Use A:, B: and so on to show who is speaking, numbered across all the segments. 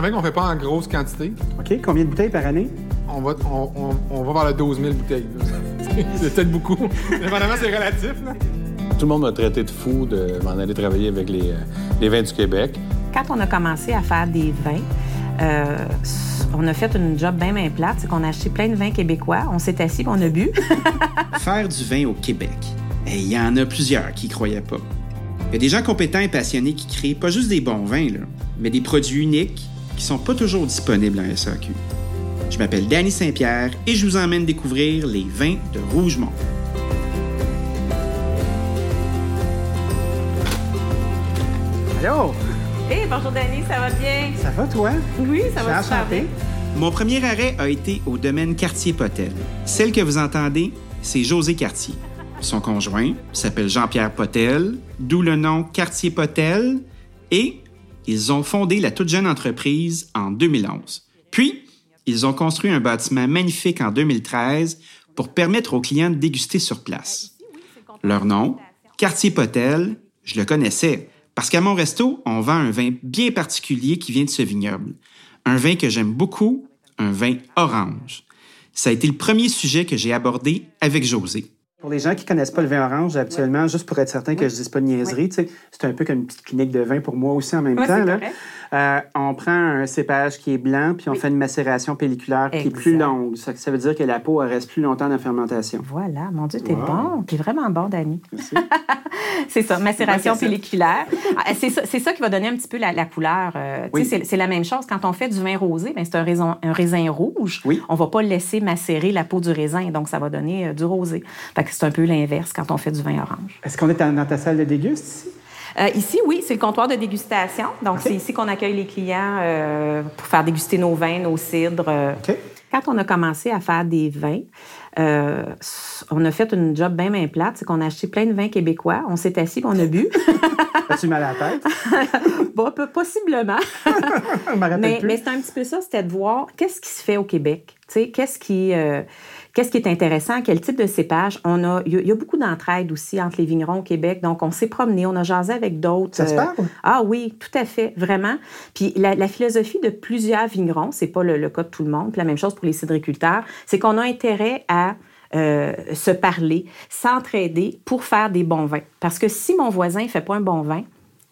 A: vin qu'on fait pas en grosse quantité.
B: OK, combien de bouteilles par année?
A: On va, on, on- on va vers le 12 000 bouteilles. là. c'est peut-être beaucoup. Dépendamment, c'est relatif. Là.
C: Tout le monde m'a traité de fou de m'en aller travailler avec les, euh, les vins du Québec.
D: Quand on a commencé à faire des vins, euh, on a fait une job bien, bien plate. C'est qu'on a acheté plein de vins québécois. On s'est assis, puis on a bu.
E: Faire du vin au Québec, et il y en a plusieurs qui y croyaient pas. Il y a des gens compétents et passionnés qui créent pas juste des bons vins, là, mais des produits uniques qui sont pas toujours disponibles en SAQ. Je m'appelle Danny Saint-Pierre et je vous emmène découvrir les vins de Rougemont.
B: Allô?
D: hey, bonjour, Dani, ça va bien?
B: Ça va, toi?
D: Oui,
B: Je
D: ça
B: suis
D: va
B: en
D: super bien.
B: santé?
E: Mon premier arrêt a été au domaine Cartier-Potel. Celle que vous entendez, c'est José Cartier. Son conjoint s'appelle Jean-Pierre Potel, d'où le nom Cartier-Potel, et ils ont fondé la toute jeune entreprise en 2011. Puis, ils ont construit un bâtiment magnifique en 2013 pour permettre aux clients de déguster sur place. Leur nom, Quartier Potel, je le connaissais. Parce qu'à mon resto, on vend un vin bien particulier qui vient de ce vignoble. Un vin que j'aime beaucoup, un vin orange. Ça a été le premier sujet que j'ai abordé avec José.
B: Pour les gens qui connaissent pas le vin orange, habituellement, juste pour être certain que je dise pas de niaiserie, tu sais, c'est un peu comme une petite clinique de vin pour moi aussi en même
D: Ouais,
B: temps.
D: c'est
B: là.
D: correct.
B: Euh, on prend un cépage qui est blanc, puis on fait une macération pelliculaire qui est plus
D: Exact.
B: longue. Ça, ça veut dire que la peau elle reste plus longtemps dans la fermentation.
D: Voilà, mon Dieu, t'es
B: Wow.
D: bon. T'es vraiment bon, Dani. c'est ça, macération
B: Bonne recette.
D: pelliculaire. Ah, C'est ça, c'est ça qui va donner un petit peu la, la couleur. euh, tu
B: Oui.
D: sais, C'est c'est la même chose. Quand on fait du vin rosé, ben, c'est un raisin, un raisin rouge.
B: Oui.
D: On va pas laisser macérer la peau du raisin, donc ça va donner euh, du rosé. Fait que c'est un peu l'inverse quand on fait du vin orange.
B: Est-ce qu'on est en- dans ta salle de déguste ici?
D: Euh, ici, oui, c'est le comptoir de dégustation. Donc, c'est ici qu'on accueille les clients euh, pour faire déguster nos vins, nos cidres. euh.
B: OK.
D: Quand on a commencé à faire des vins, euh, on a fait une job bien, bien plate. C'est qu'on a acheté plein de vins québécois. On s'est assis, puis on a bu.
B: As-tu mal à la tête?
D: Bon, peu- possiblement.
B: Je me rappelle
D: mais
B: plus.
D: mais c'est un petit peu ça, c'était de voir qu'est-ce qui se fait au Québec. Tu sais, Qu'est-ce qui, euh, qu'est-ce qui est intéressant, quel type de cépage. On a, il y a- il y, a beaucoup d'entraide aussi entre les vignerons au Québec. Donc, on s'est promené, on a jasé avec d'autres.
B: Ça se
D: euh,
B: parle?
D: Ah oui, tout à fait, vraiment. Puis la, la philosophie de plusieurs vignerons, c'est pas le, le cas de tout le monde, puis la même chose pour les cidriculteurs, c'est qu'on a intérêt à euh, se parler, s'entraider pour faire des bons vins. Parce que si mon voisin fait pas un bon vin,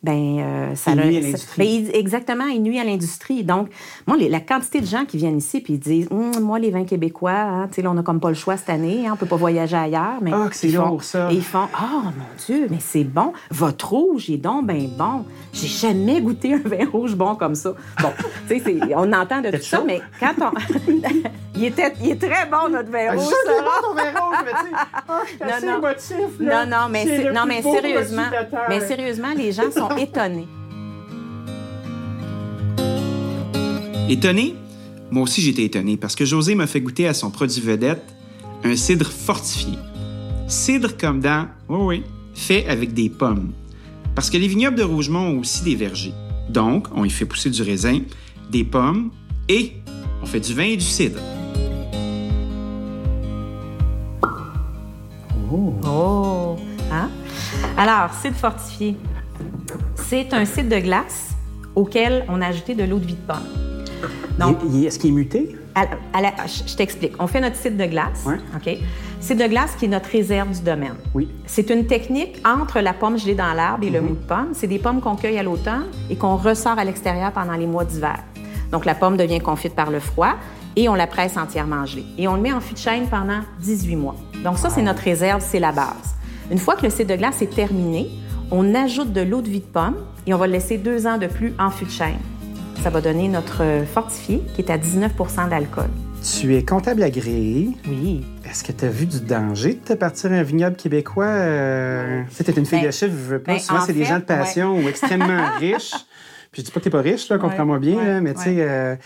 D: ben euh, ça
B: Il
D: le-
B: nuit à
D: ça-
B: l'industrie.
D: ben, il- exactement, il nuit à l'industrie. Donc, moi, les- la quantité de gens qui viennent ici puis ils disent, Hum, moi les vins québécois, hein, tu sais, là, on a comme pas le choix cette année, hein, on peut pas voyager ailleurs, mais
B: Ah, que c'est
D: ils font-
B: lourd, ça.
D: et ils font Oh mon Dieu, mais c'est bon. Votre rouge est donc ben bon. J'ai jamais goûté un vin rouge bon comme ça. Bon, tu sais, c'est- on entend de tout
B: T'es
D: ça,
B: chaud?
D: mais quand on. il, était, il est très bon, notre vin
B: Ah,
D: rouge.
B: je sais
D: Sarah.
B: pas ton vin rouge, mais tu sais, ah, je suis
D: Non,
B: assez
D: non.
B: émotif, là.
D: Non, non, mais,
B: C'est
D: c'est-
B: le
D: non,
B: plus
D: mais
B: beau
D: sérieusement,
B: reçu de la terre.
D: mais sérieusement, les gens sont étonnés.
E: Étonné? Moi aussi j'étais étonné parce que José m'a fait goûter à son produit vedette, un cidre fortifié. Cidre comme dans, oui oui, fait avec des pommes. Parce que les vignobles de Rougemont ont aussi des vergers. Donc, on y fait pousser du raisin, des pommes et on fait du vin et du cidre.
D: Oh! Hein? Alors, cidre fortifié. C'est un cidre de glace auquel on a ajouté de l'eau de vie de pomme. Donc,
B: Il- il- Est-ce qu'il est muté?
D: À- à la- je je t'explique. On fait notre site de glace.
B: Ouais.
D: OK? Site de glace qui est notre réserve du domaine.
B: Oui.
D: C'est une technique entre la pomme gelée dans l'arbre et le mou de pomme. C'est des pommes qu'on cueille à l'automne et qu'on ressort à l'extérieur pendant les mois d'hiver. Donc, la pomme devient confite par le froid et on la presse entièrement gelée. Et on le met en fût de chêne pendant 18 mois. Donc, ça, c'est notre réserve, c'est la base. Une fois que le site de glace est terminé, on ajoute de l'eau de vie de pomme et on va le laisser deux ans de plus en fût de chêne. Ça va donner notre euh, fortifié qui est à 19 d'alcool.
B: Tu es comptable agréé.
D: Oui.
B: Est-ce que tu as vu du danger de te partir à un vignoble québécois? Euh... Tu sais, t'es une fille
D: Ben,
B: de chiffre, je veux pas.
D: ben,
B: Souvent,
D: en
B: c'est des
D: fait,
B: gens de passion ou extrêmement riches. Puis je dis pas que t'es pas riche, là, comprends-moi bien,
D: ouais,
B: là, mais tu sais,
D: ouais.
B: euh,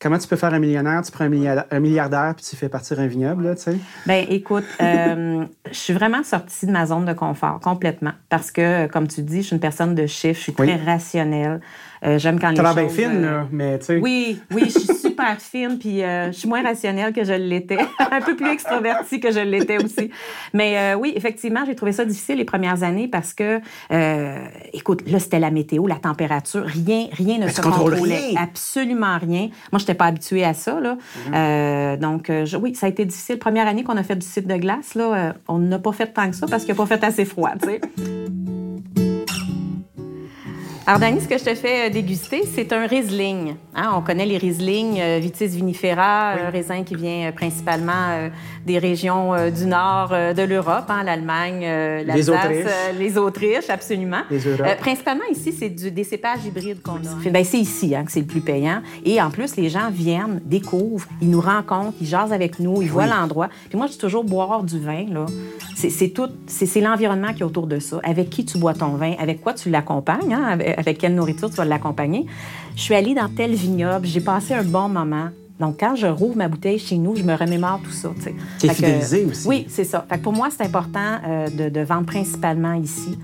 B: comment tu peux faire un millionnaire? Tu prends un, milliarda- un milliardaire puis tu fais partir un vignoble, là, tu sais?
D: Ben écoute, euh, je suis vraiment sortie de ma zone de confort complètement parce que, comme tu dis, je suis une personne de chiffre, je suis
B: Oui.
D: très rationnelle. Euh, J'aime quand les
B: T'as l'air
D: choses.
B: bien fine,
D: euh,
B: là, mais tu sais.
D: Oui, oui, je suis super super fine, puis euh, je suis moins rationnelle que je l'étais, un peu plus extrovertie que je l'étais aussi. Mais euh, oui, effectivement, j'ai trouvé ça difficile les premières années parce que, euh, écoute, là, c'était la météo, la température, rien, rien ne
F: Mais
D: se
F: tu contrôles
D: contrôlait.
F: rien.
D: Absolument rien. Moi, je n'étais pas habituée à ça, là.
F: Mhm.
D: Euh, donc, euh, je- oui, ça a été difficile. Première année qu'on a fait du site de glace, là, euh, on n'a pas fait tant que ça parce qu'il n'a pas fait assez froid, tu sais. Alors, Dani, ce que je te fais euh, déguster, c'est un Riesling. Hein, on connaît les Riesling, euh, Vitis vinifera, un raisin qui vient euh, principalement euh, des régions euh, du nord euh, de l'Europe, hein, l'Allemagne, euh, l'Alsace,
E: Autriches.
D: euh, les Autriches, absolument. Euh,
E: Les Europes.
D: principalement ici, c'est du, des cépages hybrides qu'on a. Ben, c'est ici hein, que c'est le plus payant. Et en plus, les gens viennent, découvrent, ils nous rencontrent, ils jasent avec nous, ils voient l'endroit. Puis moi, je dis toujours boire du vin, là. C'est c'est tout, c'est c'est l'environnement qui est autour de ça. Avec qui tu bois ton vin, avec quoi tu l'accompagnes, hein, avec, avec quelle nourriture tu vas l'accompagner. Je suis allée dans tel vignoble, j'ai passé un bon moment. Donc, quand je rouvre ma bouteille chez nous, je me remémore tout ça. tu sais.
F: T'es
D: Fait que-
F: fidélisé aussi.
D: Oui, c'est ça. Fait que pour moi, c'est important euh, de, de vendre principalement ici.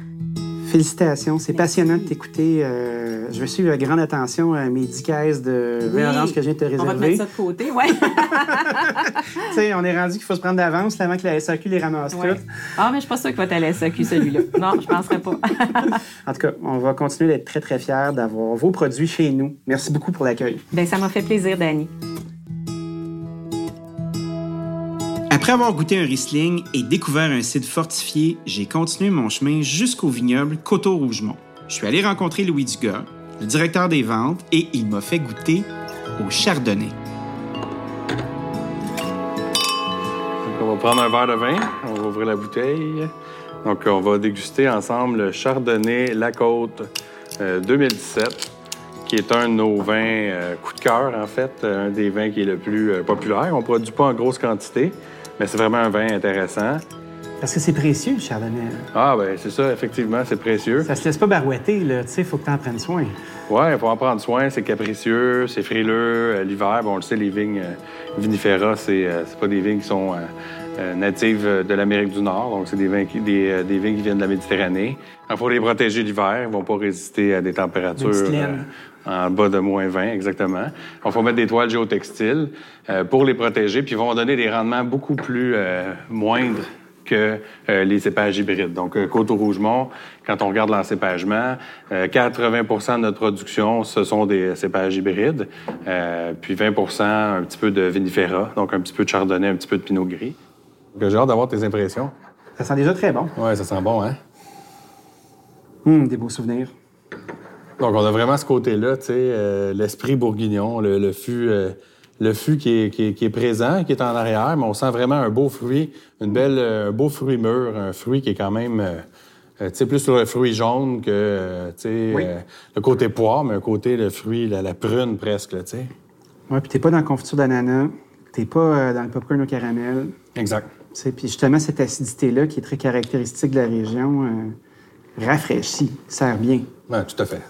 E: Félicitations, c'est
D: Merci.
E: passionnant de t'écouter. Euh, je vais suivre avec grande attention euh, mes 10 caisses de vin
D: Oui.
E: orange que je viens de te
D: On va te
E: réserver.
D: mettre ça de côté, ouais.
E: Tu sais, on est rendu qu'il faut se prendre d'avance là, avant que la SAQ les ramasse
D: Ouais.
E: toutes.
D: Ah, mais je suis pas sûre qu'il va être à la SAQ, celui-là. Non, je penserais pas.
E: En tout cas, on va continuer d'être très, très fiers d'avoir vos produits chez nous. Merci beaucoup pour l'accueil.
D: ben, ça m'a fait plaisir, Dani.
G: Après avoir goûté un Riesling et découvert un site fortifié, j'ai continué mon chemin jusqu'au vignoble Coteau-Rougemont. Je suis allé rencontrer Louis Dugas, le directeur des ventes, et il m'a fait goûter au Chardonnay.
C: Donc, on va prendre un verre de vin, on va ouvrir la bouteille. Donc, on va déguster ensemble le Chardonnay Lacôte euh, 2017, qui est un de nos vins euh, coup de cœur, en fait, euh, un des vins qui est le plus euh, populaire. On ne produit pas en grosse quantité, mais c'est vraiment un vin intéressant.
E: Parce que c'est précieux, le chardonnay.
C: Ah, ben c'est ça, effectivement, c'est précieux.
E: Ça se laisse pas barouetter, là. Tu sais, faut que t'en prennes soin.
C: Ouais, il faut en prendre soin, c'est capricieux, c'est frileux. euh, L'hiver, bon, on le sait, les vignes euh, vinifera, c'est euh, c'est pas des vignes qui sont euh, euh, natives euh, de l'Amérique du Nord, donc c'est des, vins qui- des, euh, des vignes qui viennent de la Méditerranée. Il faut les protéger l'hiver, ils vont pas résister à des températures euh,
E: Des petites laines.
C: en bas de moins 20, exactement. On faut mettre des toiles géotextiles euh, pour les protéger, puis ils vont donner des rendements beaucoup plus euh, moindres que euh, les cépages hybrides. Donc, euh, Coteau-Rougemont, quand on regarde l'encépagement, euh, 80 de notre production, ce sont des cépages hybrides, euh, puis 20 un petit peu de vinifera, donc un petit peu de chardonnay, un petit peu de pinot gris. J'ai hâte d'avoir tes impressions.
E: Ça sent déjà très bon.
C: Ouais, ça sent bon, hein?
E: Hum, des beaux souvenirs.
C: Donc, on a vraiment ce côté-là, tu sais, euh, l'esprit bourguignon, le, le fût, euh, le fût qui, est, qui est- qui est présent, qui est en arrière, mais on sent vraiment un beau fruit, une belle, euh, un beau fruit mûr, un fruit qui est quand même, euh, euh, tu sais, plus sur le fruit jaune que, euh, tu sais,
E: Oui.
C: euh, le côté poire, mais un côté, le fruit, la, la prune presque, là, tu sais.
E: Ouais, puis t'es pas dans la confiture d'ananas, t'es pas euh, dans le popcorn au caramel.
C: Exact.
E: Tu sais, Puis justement, cette acidité-là qui est très caractéristique de la région euh, rafraîchit, sert bien.
C: Ouais, tout à fait.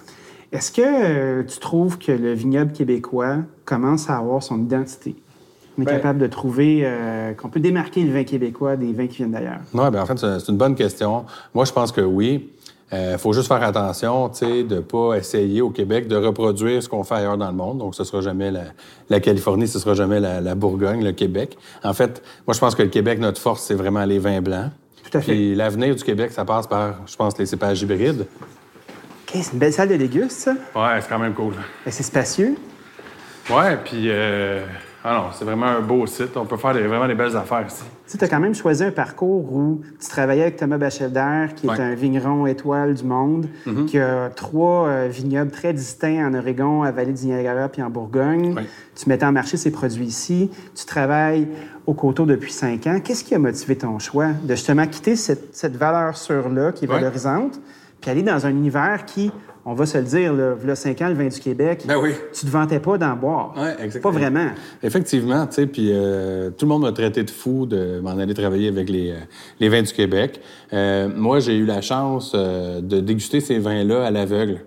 E: Est-ce que euh, tu trouves que le vignoble québécois commence à avoir son identité? On est
C: Ben-
E: capable de trouver euh, qu'on peut démarquer le vin québécois des vins qui viennent d'ailleurs.
C: Non, ben en fait, c'est c'est une bonne question. Moi, je pense que oui. Il faut juste faire attention, tu sais, de pas essayer au Québec de reproduire ce qu'on fait ailleurs dans le monde. Donc, ce sera jamais la, la Californie, ce sera jamais la, la Bourgogne, le Québec. En fait, moi, je pense que le Québec, notre force, c'est vraiment les vins blancs.
E: Tout à fait.
C: Puis l'avenir du Québec, ça passe par, je pense, les cépages hybrides.
E: OK, c'est une belle salle de dégustes, ça.
C: Ouais, c'est quand même cool.
E: Ben, c'est spacieux.
C: Ouais, puis euh, ah non, c'est vraiment un beau site. On peut faire des- vraiment des belles affaires ici.
E: Tu as quand même choisi un parcours où tu travaillais avec Thomas Bachelder, qui
C: Ouais. Mm-hmm.
E: est un vigneron étoile du monde, qui a trois euh, vignobles très distincts en Oregon, à Vallée du Niagara puis en Bourgogne.
C: Ouais.
E: Tu mettais en marché ses produits ici. Tu travailles au coteau depuis cinq ans. Qu'est-ce qui a motivé ton choix de justement quitter cette, cette valeur sûre-là, qui est
C: Ouais.
E: valorisante, puis aller dans un univers qui, on va se le dire, là, v'là cinq ans, le vin du Québec,
C: Ben oui.
E: tu te vantais pas d'en boire.
C: Ouais, exactement.
E: Pas vraiment.
C: Effectivement, tu sais, puis euh, tout le monde m'a traité de fou de m'en aller travailler avec les, euh, les vins du Québec. Euh, moi, j'ai eu la chance euh, de déguster ces vins-là à l'aveugle.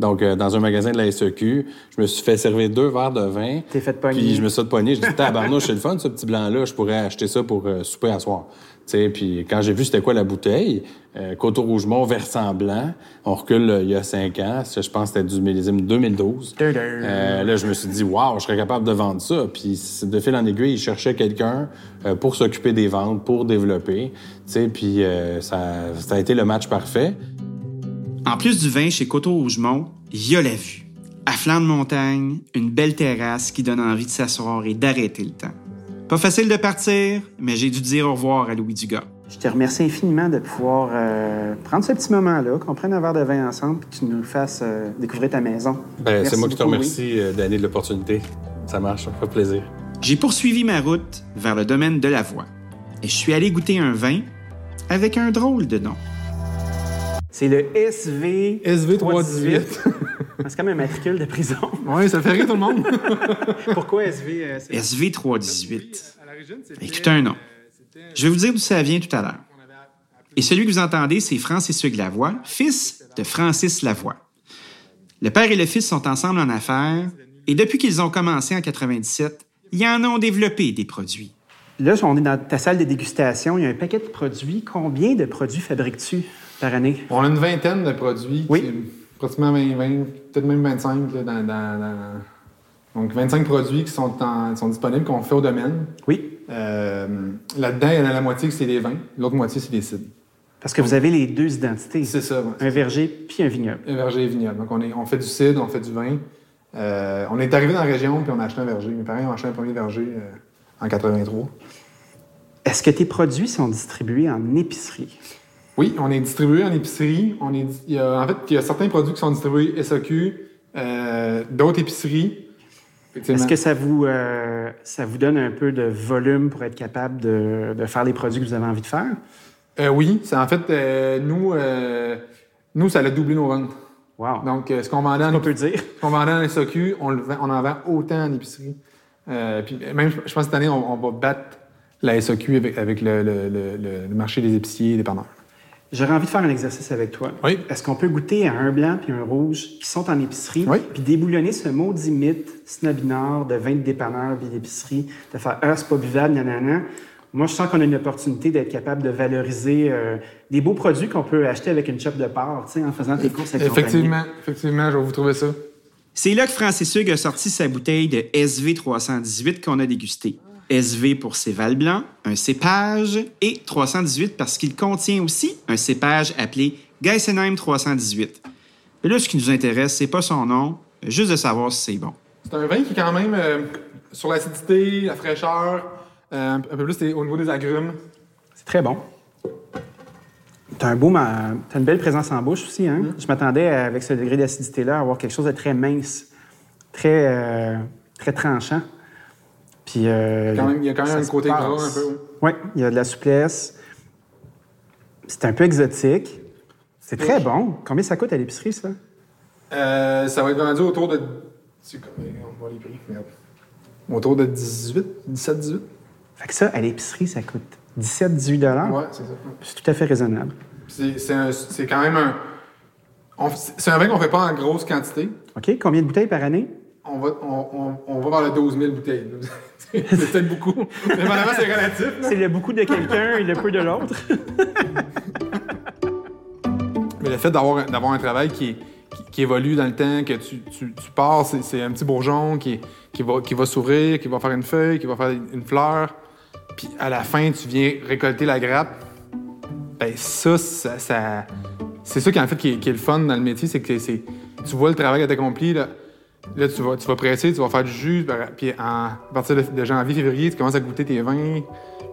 C: Donc, euh, dans un magasin de la SEQ, je me suis fait servir deux verres de vin.
B: T'es fait pogner.
C: Puis je me suis fait pogner. J'ai dit, tabarnouche, c'est le fun, ce petit blanc-là. Je pourrais acheter ça pour euh, souper à soir. Tu sais, puis quand j'ai vu c'était quoi la bouteille, euh, Coteau Rougemont, versant blanc, on recule euh, il y a cinq ans, Ça, je pense que c'était du millésime 2012. Euh, là, je me suis dit, waouh, je serais capable de vendre ça. Puis c'est de fil en aiguille, ils cherchaient quelqu'un euh, pour s'occuper des ventes, pour développer. Tu sais, puis euh, ça, ça a été le match parfait. Euh,
E: En plus du vin chez Coteau Rougemont, il y a la vue. À flanc de montagne, une belle terrasse qui donne envie de s'asseoir et d'arrêter le temps. Pas facile de partir, mais j'ai dû dire au revoir à Louis Dugas.
B: Je te remercie infiniment de pouvoir euh, prendre ce petit moment-là, qu'on prenne un verre de vin ensemble et que tu nous fasses euh, découvrir ta maison.
C: Ben,
B: Merci
C: c'est moi qui te
B: beaucoup, oui.
C: remercie euh, d'année de l'opportunité. Ça marche, ça me fait plaisir.
E: J'ai poursuivi ma route vers le domaine de la voix et je suis allé goûter un vin avec un drôle de nom.
B: C'est le SV...
A: SV318.
B: Ah, C'est comme un matricule de prison.
A: Oui, ça fait rire tout le monde.
B: Pourquoi SV? euh, c'est-
E: SV318. Écoutez un nom. Je vais vous dire d'où ça vient tout à l'heure. Et celui que vous entendez, c'est Francis Hugues Lavoie, fils de Francis Lavoie. Le père et le fils sont ensemble en affaires et depuis qu'ils ont commencé en 97, ils en ont développé des produits.
B: Là, on est dans ta salle de dégustation. Il y a un paquet de produits. Combien de produits fabriques-tu par année?
A: On a une vingtaine de produits.
B: Oui.
A: qui- pratiquement 20, 20, peut-être même 25. là, dans- dans- dans- Donc, 25 produits qui sont, en- sont disponibles, qu'on fait au domaine.
B: Oui,
A: Euh, Là-dedans, il y en a la moitié que c'est des vins, l'autre moitié, c'est des cidres.
B: parce que vous avez les deux identités.
A: C'est ça, ouais.
B: Un verger puis un vignoble.
A: Un verger et vignoble. Donc, on, est, on fait du cidre, on fait du vin. Euh, on est arrivé dans la région, puis on a acheté un verger. Mes parents ont acheté un premier verger euh, en 83.
B: Est-ce que tes produits sont distribués en épicerie?
A: Oui, on est distribué en épicerie. On est, il y a- en fait, il y a certains produits qui sont distribués SAQ, euh, d'autres épiceries.
B: Est-ce
A: Effectivement.
B: que ça vous, euh, ça vous donne un peu de volume pour être capable de, de faire les produits que vous avez envie de faire?
A: Euh, oui, c'est en fait, euh, nous, euh, nous, ça a doublé nos ventes.
B: Wow!
A: Donc, euh, ce qu'on vendait en
B: On peut le dire.
A: Ce qu'on vendait en SAQ, on, le vend- on en vend autant en épicerie. Euh, puis même, je pense que cette année, on, on va battre la SAQ avec, avec le, le- le- le- le marché des épiciers et des panneurs.
B: J'aurais envie de faire un exercice avec toi.
A: Oui.
B: Est-ce qu'on peut goûter à un blanc puis un rouge qui sont en épicerie,
A: Oui.
B: puis déboulonner ce maudit mythe snobinard de vin de dépanneur puis d'épicerie, de faire « Ah, c'est pas buvable, nanana ». Moi, je sens qu'on a une opportunité d'être capable de valoriser euh, des beaux produits qu'on peut acheter avec une chope de porc, tu sais, en faisant tes courses avec ton
A: Effectivement, effectivement, je vais vous trouver ça.
E: C'est là que Francis Hugues a sorti sa bouteille de SV318 qu'on a dégustée. SV pour Céval Blanc, un cépage, et 318 parce qu'il contient aussi un cépage appelé Geisenheim 318. Mais là, ce qui nous intéresse, c'est pas son nom, juste de savoir si c'est bon.
A: C'est un vin qui, quand même, euh, sur l'acidité, la fraîcheur, euh, un peu plus c'est au niveau des agrumes.
B: C'est très bon. T'as un beau, ma- t'as une belle présence en bouche aussi.
A: Mm.
B: Hein? Je m'attendais à- avec ce degré d'acidité-là à avoir quelque chose de très mince, très, euh, très tranchant. Puis euh,
A: Quand même, il y a quand même
B: ça
A: un
B: se
A: côté
B: passe.
A: gras un peu, hein? oui.
B: Oui, il y a de la souplesse. C'est un peu exotique. C'est très bon. Combien ça coûte à l'épicerie, ça?
A: Euh, ça va être vendu autour de. C'est comme- On voit les prix, merde. Autour de 18, 17, 18.
B: Fait que ça, à l'épicerie, ça coûte 17-18
A: Ouais, c'est ça.
B: C'est tout à fait raisonnable.
A: C'est- C'est un- c'est quand même un. on- C'est un vin qu'on fait pas en grosse quantité.
B: OK? Combien de bouteilles par année?
A: On va, on, on, on va vers le 12 000 bouteilles. c'est peut-être beaucoup. Dépendamment, c'est relatif. là.
B: C'est le beaucoup de quelqu'un et le peu de l'autre.
A: Mais le fait d'avoir un- d'avoir un travail qui, qui, qui évolue dans le temps, que tu, tu, tu pars, c'est- c'est un petit bourgeon qui, qui va, qui va s'ouvrir, qui va faire une feuille, qui va faire une fleur. Puis à la fin, tu viens récolter la grappe. Ben ça, ça, ça- c'est ça qui en fait qui est, qui est le fun dans le métier, c'est que c'est, tu vois le travail que t'as accompli là. Là, tu vas, tu vas presser, tu vas faire du jus, par- puis en, à partir de, de janvier, février, tu commences à goûter tes vins,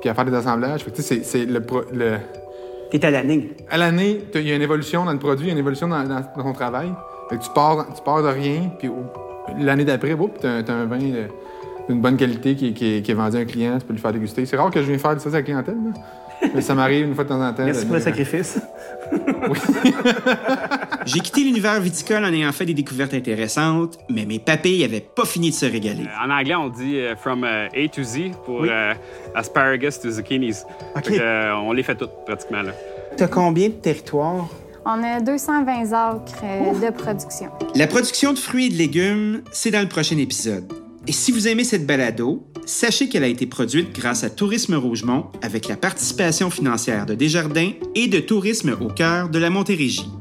A: puis à faire des assemblages. Fait que, tu sais, c'est, c'est le, pro- le,
B: T'es à la ligne.
A: à l'année, t'as- il y a une évolution dans le produit, il y a une évolution dans, dans- dans ton travail. Fait que tu pars, tu pars de rien, puis au- l'année d'après, boum, t'as t'as un vin euh, d'une bonne qualité qui, qui est- qui est vendu à un client, tu peux lui faire déguster. C'est rare que je viens faire ça à la clientèle, là. mais ça m'arrive une fois de temps en temps.
B: Merci
A: de-
B: pour le
A: de-
B: sacrifice.
E: J'ai quitté l'univers viticole en ayant fait des découvertes intéressantes, mais mes papilles n'avaient pas fini de se régaler.
H: En anglais, on dit euh, from euh, A to Z pour euh, asparagus to zucchinis.
B: OK.
H: Fait que, euh, on les fait toutes pratiquement. Là.
B: T'as combien de territoires?
I: On a 220 acres euh, de production.
E: La production de fruits et de légumes, c'est dans le prochain épisode. Et si vous aimez cette balado, sachez qu'elle a été produite grâce à Tourisme Rougemont avec la participation financière de Desjardins et de Tourisme au cœur de la Montérégie.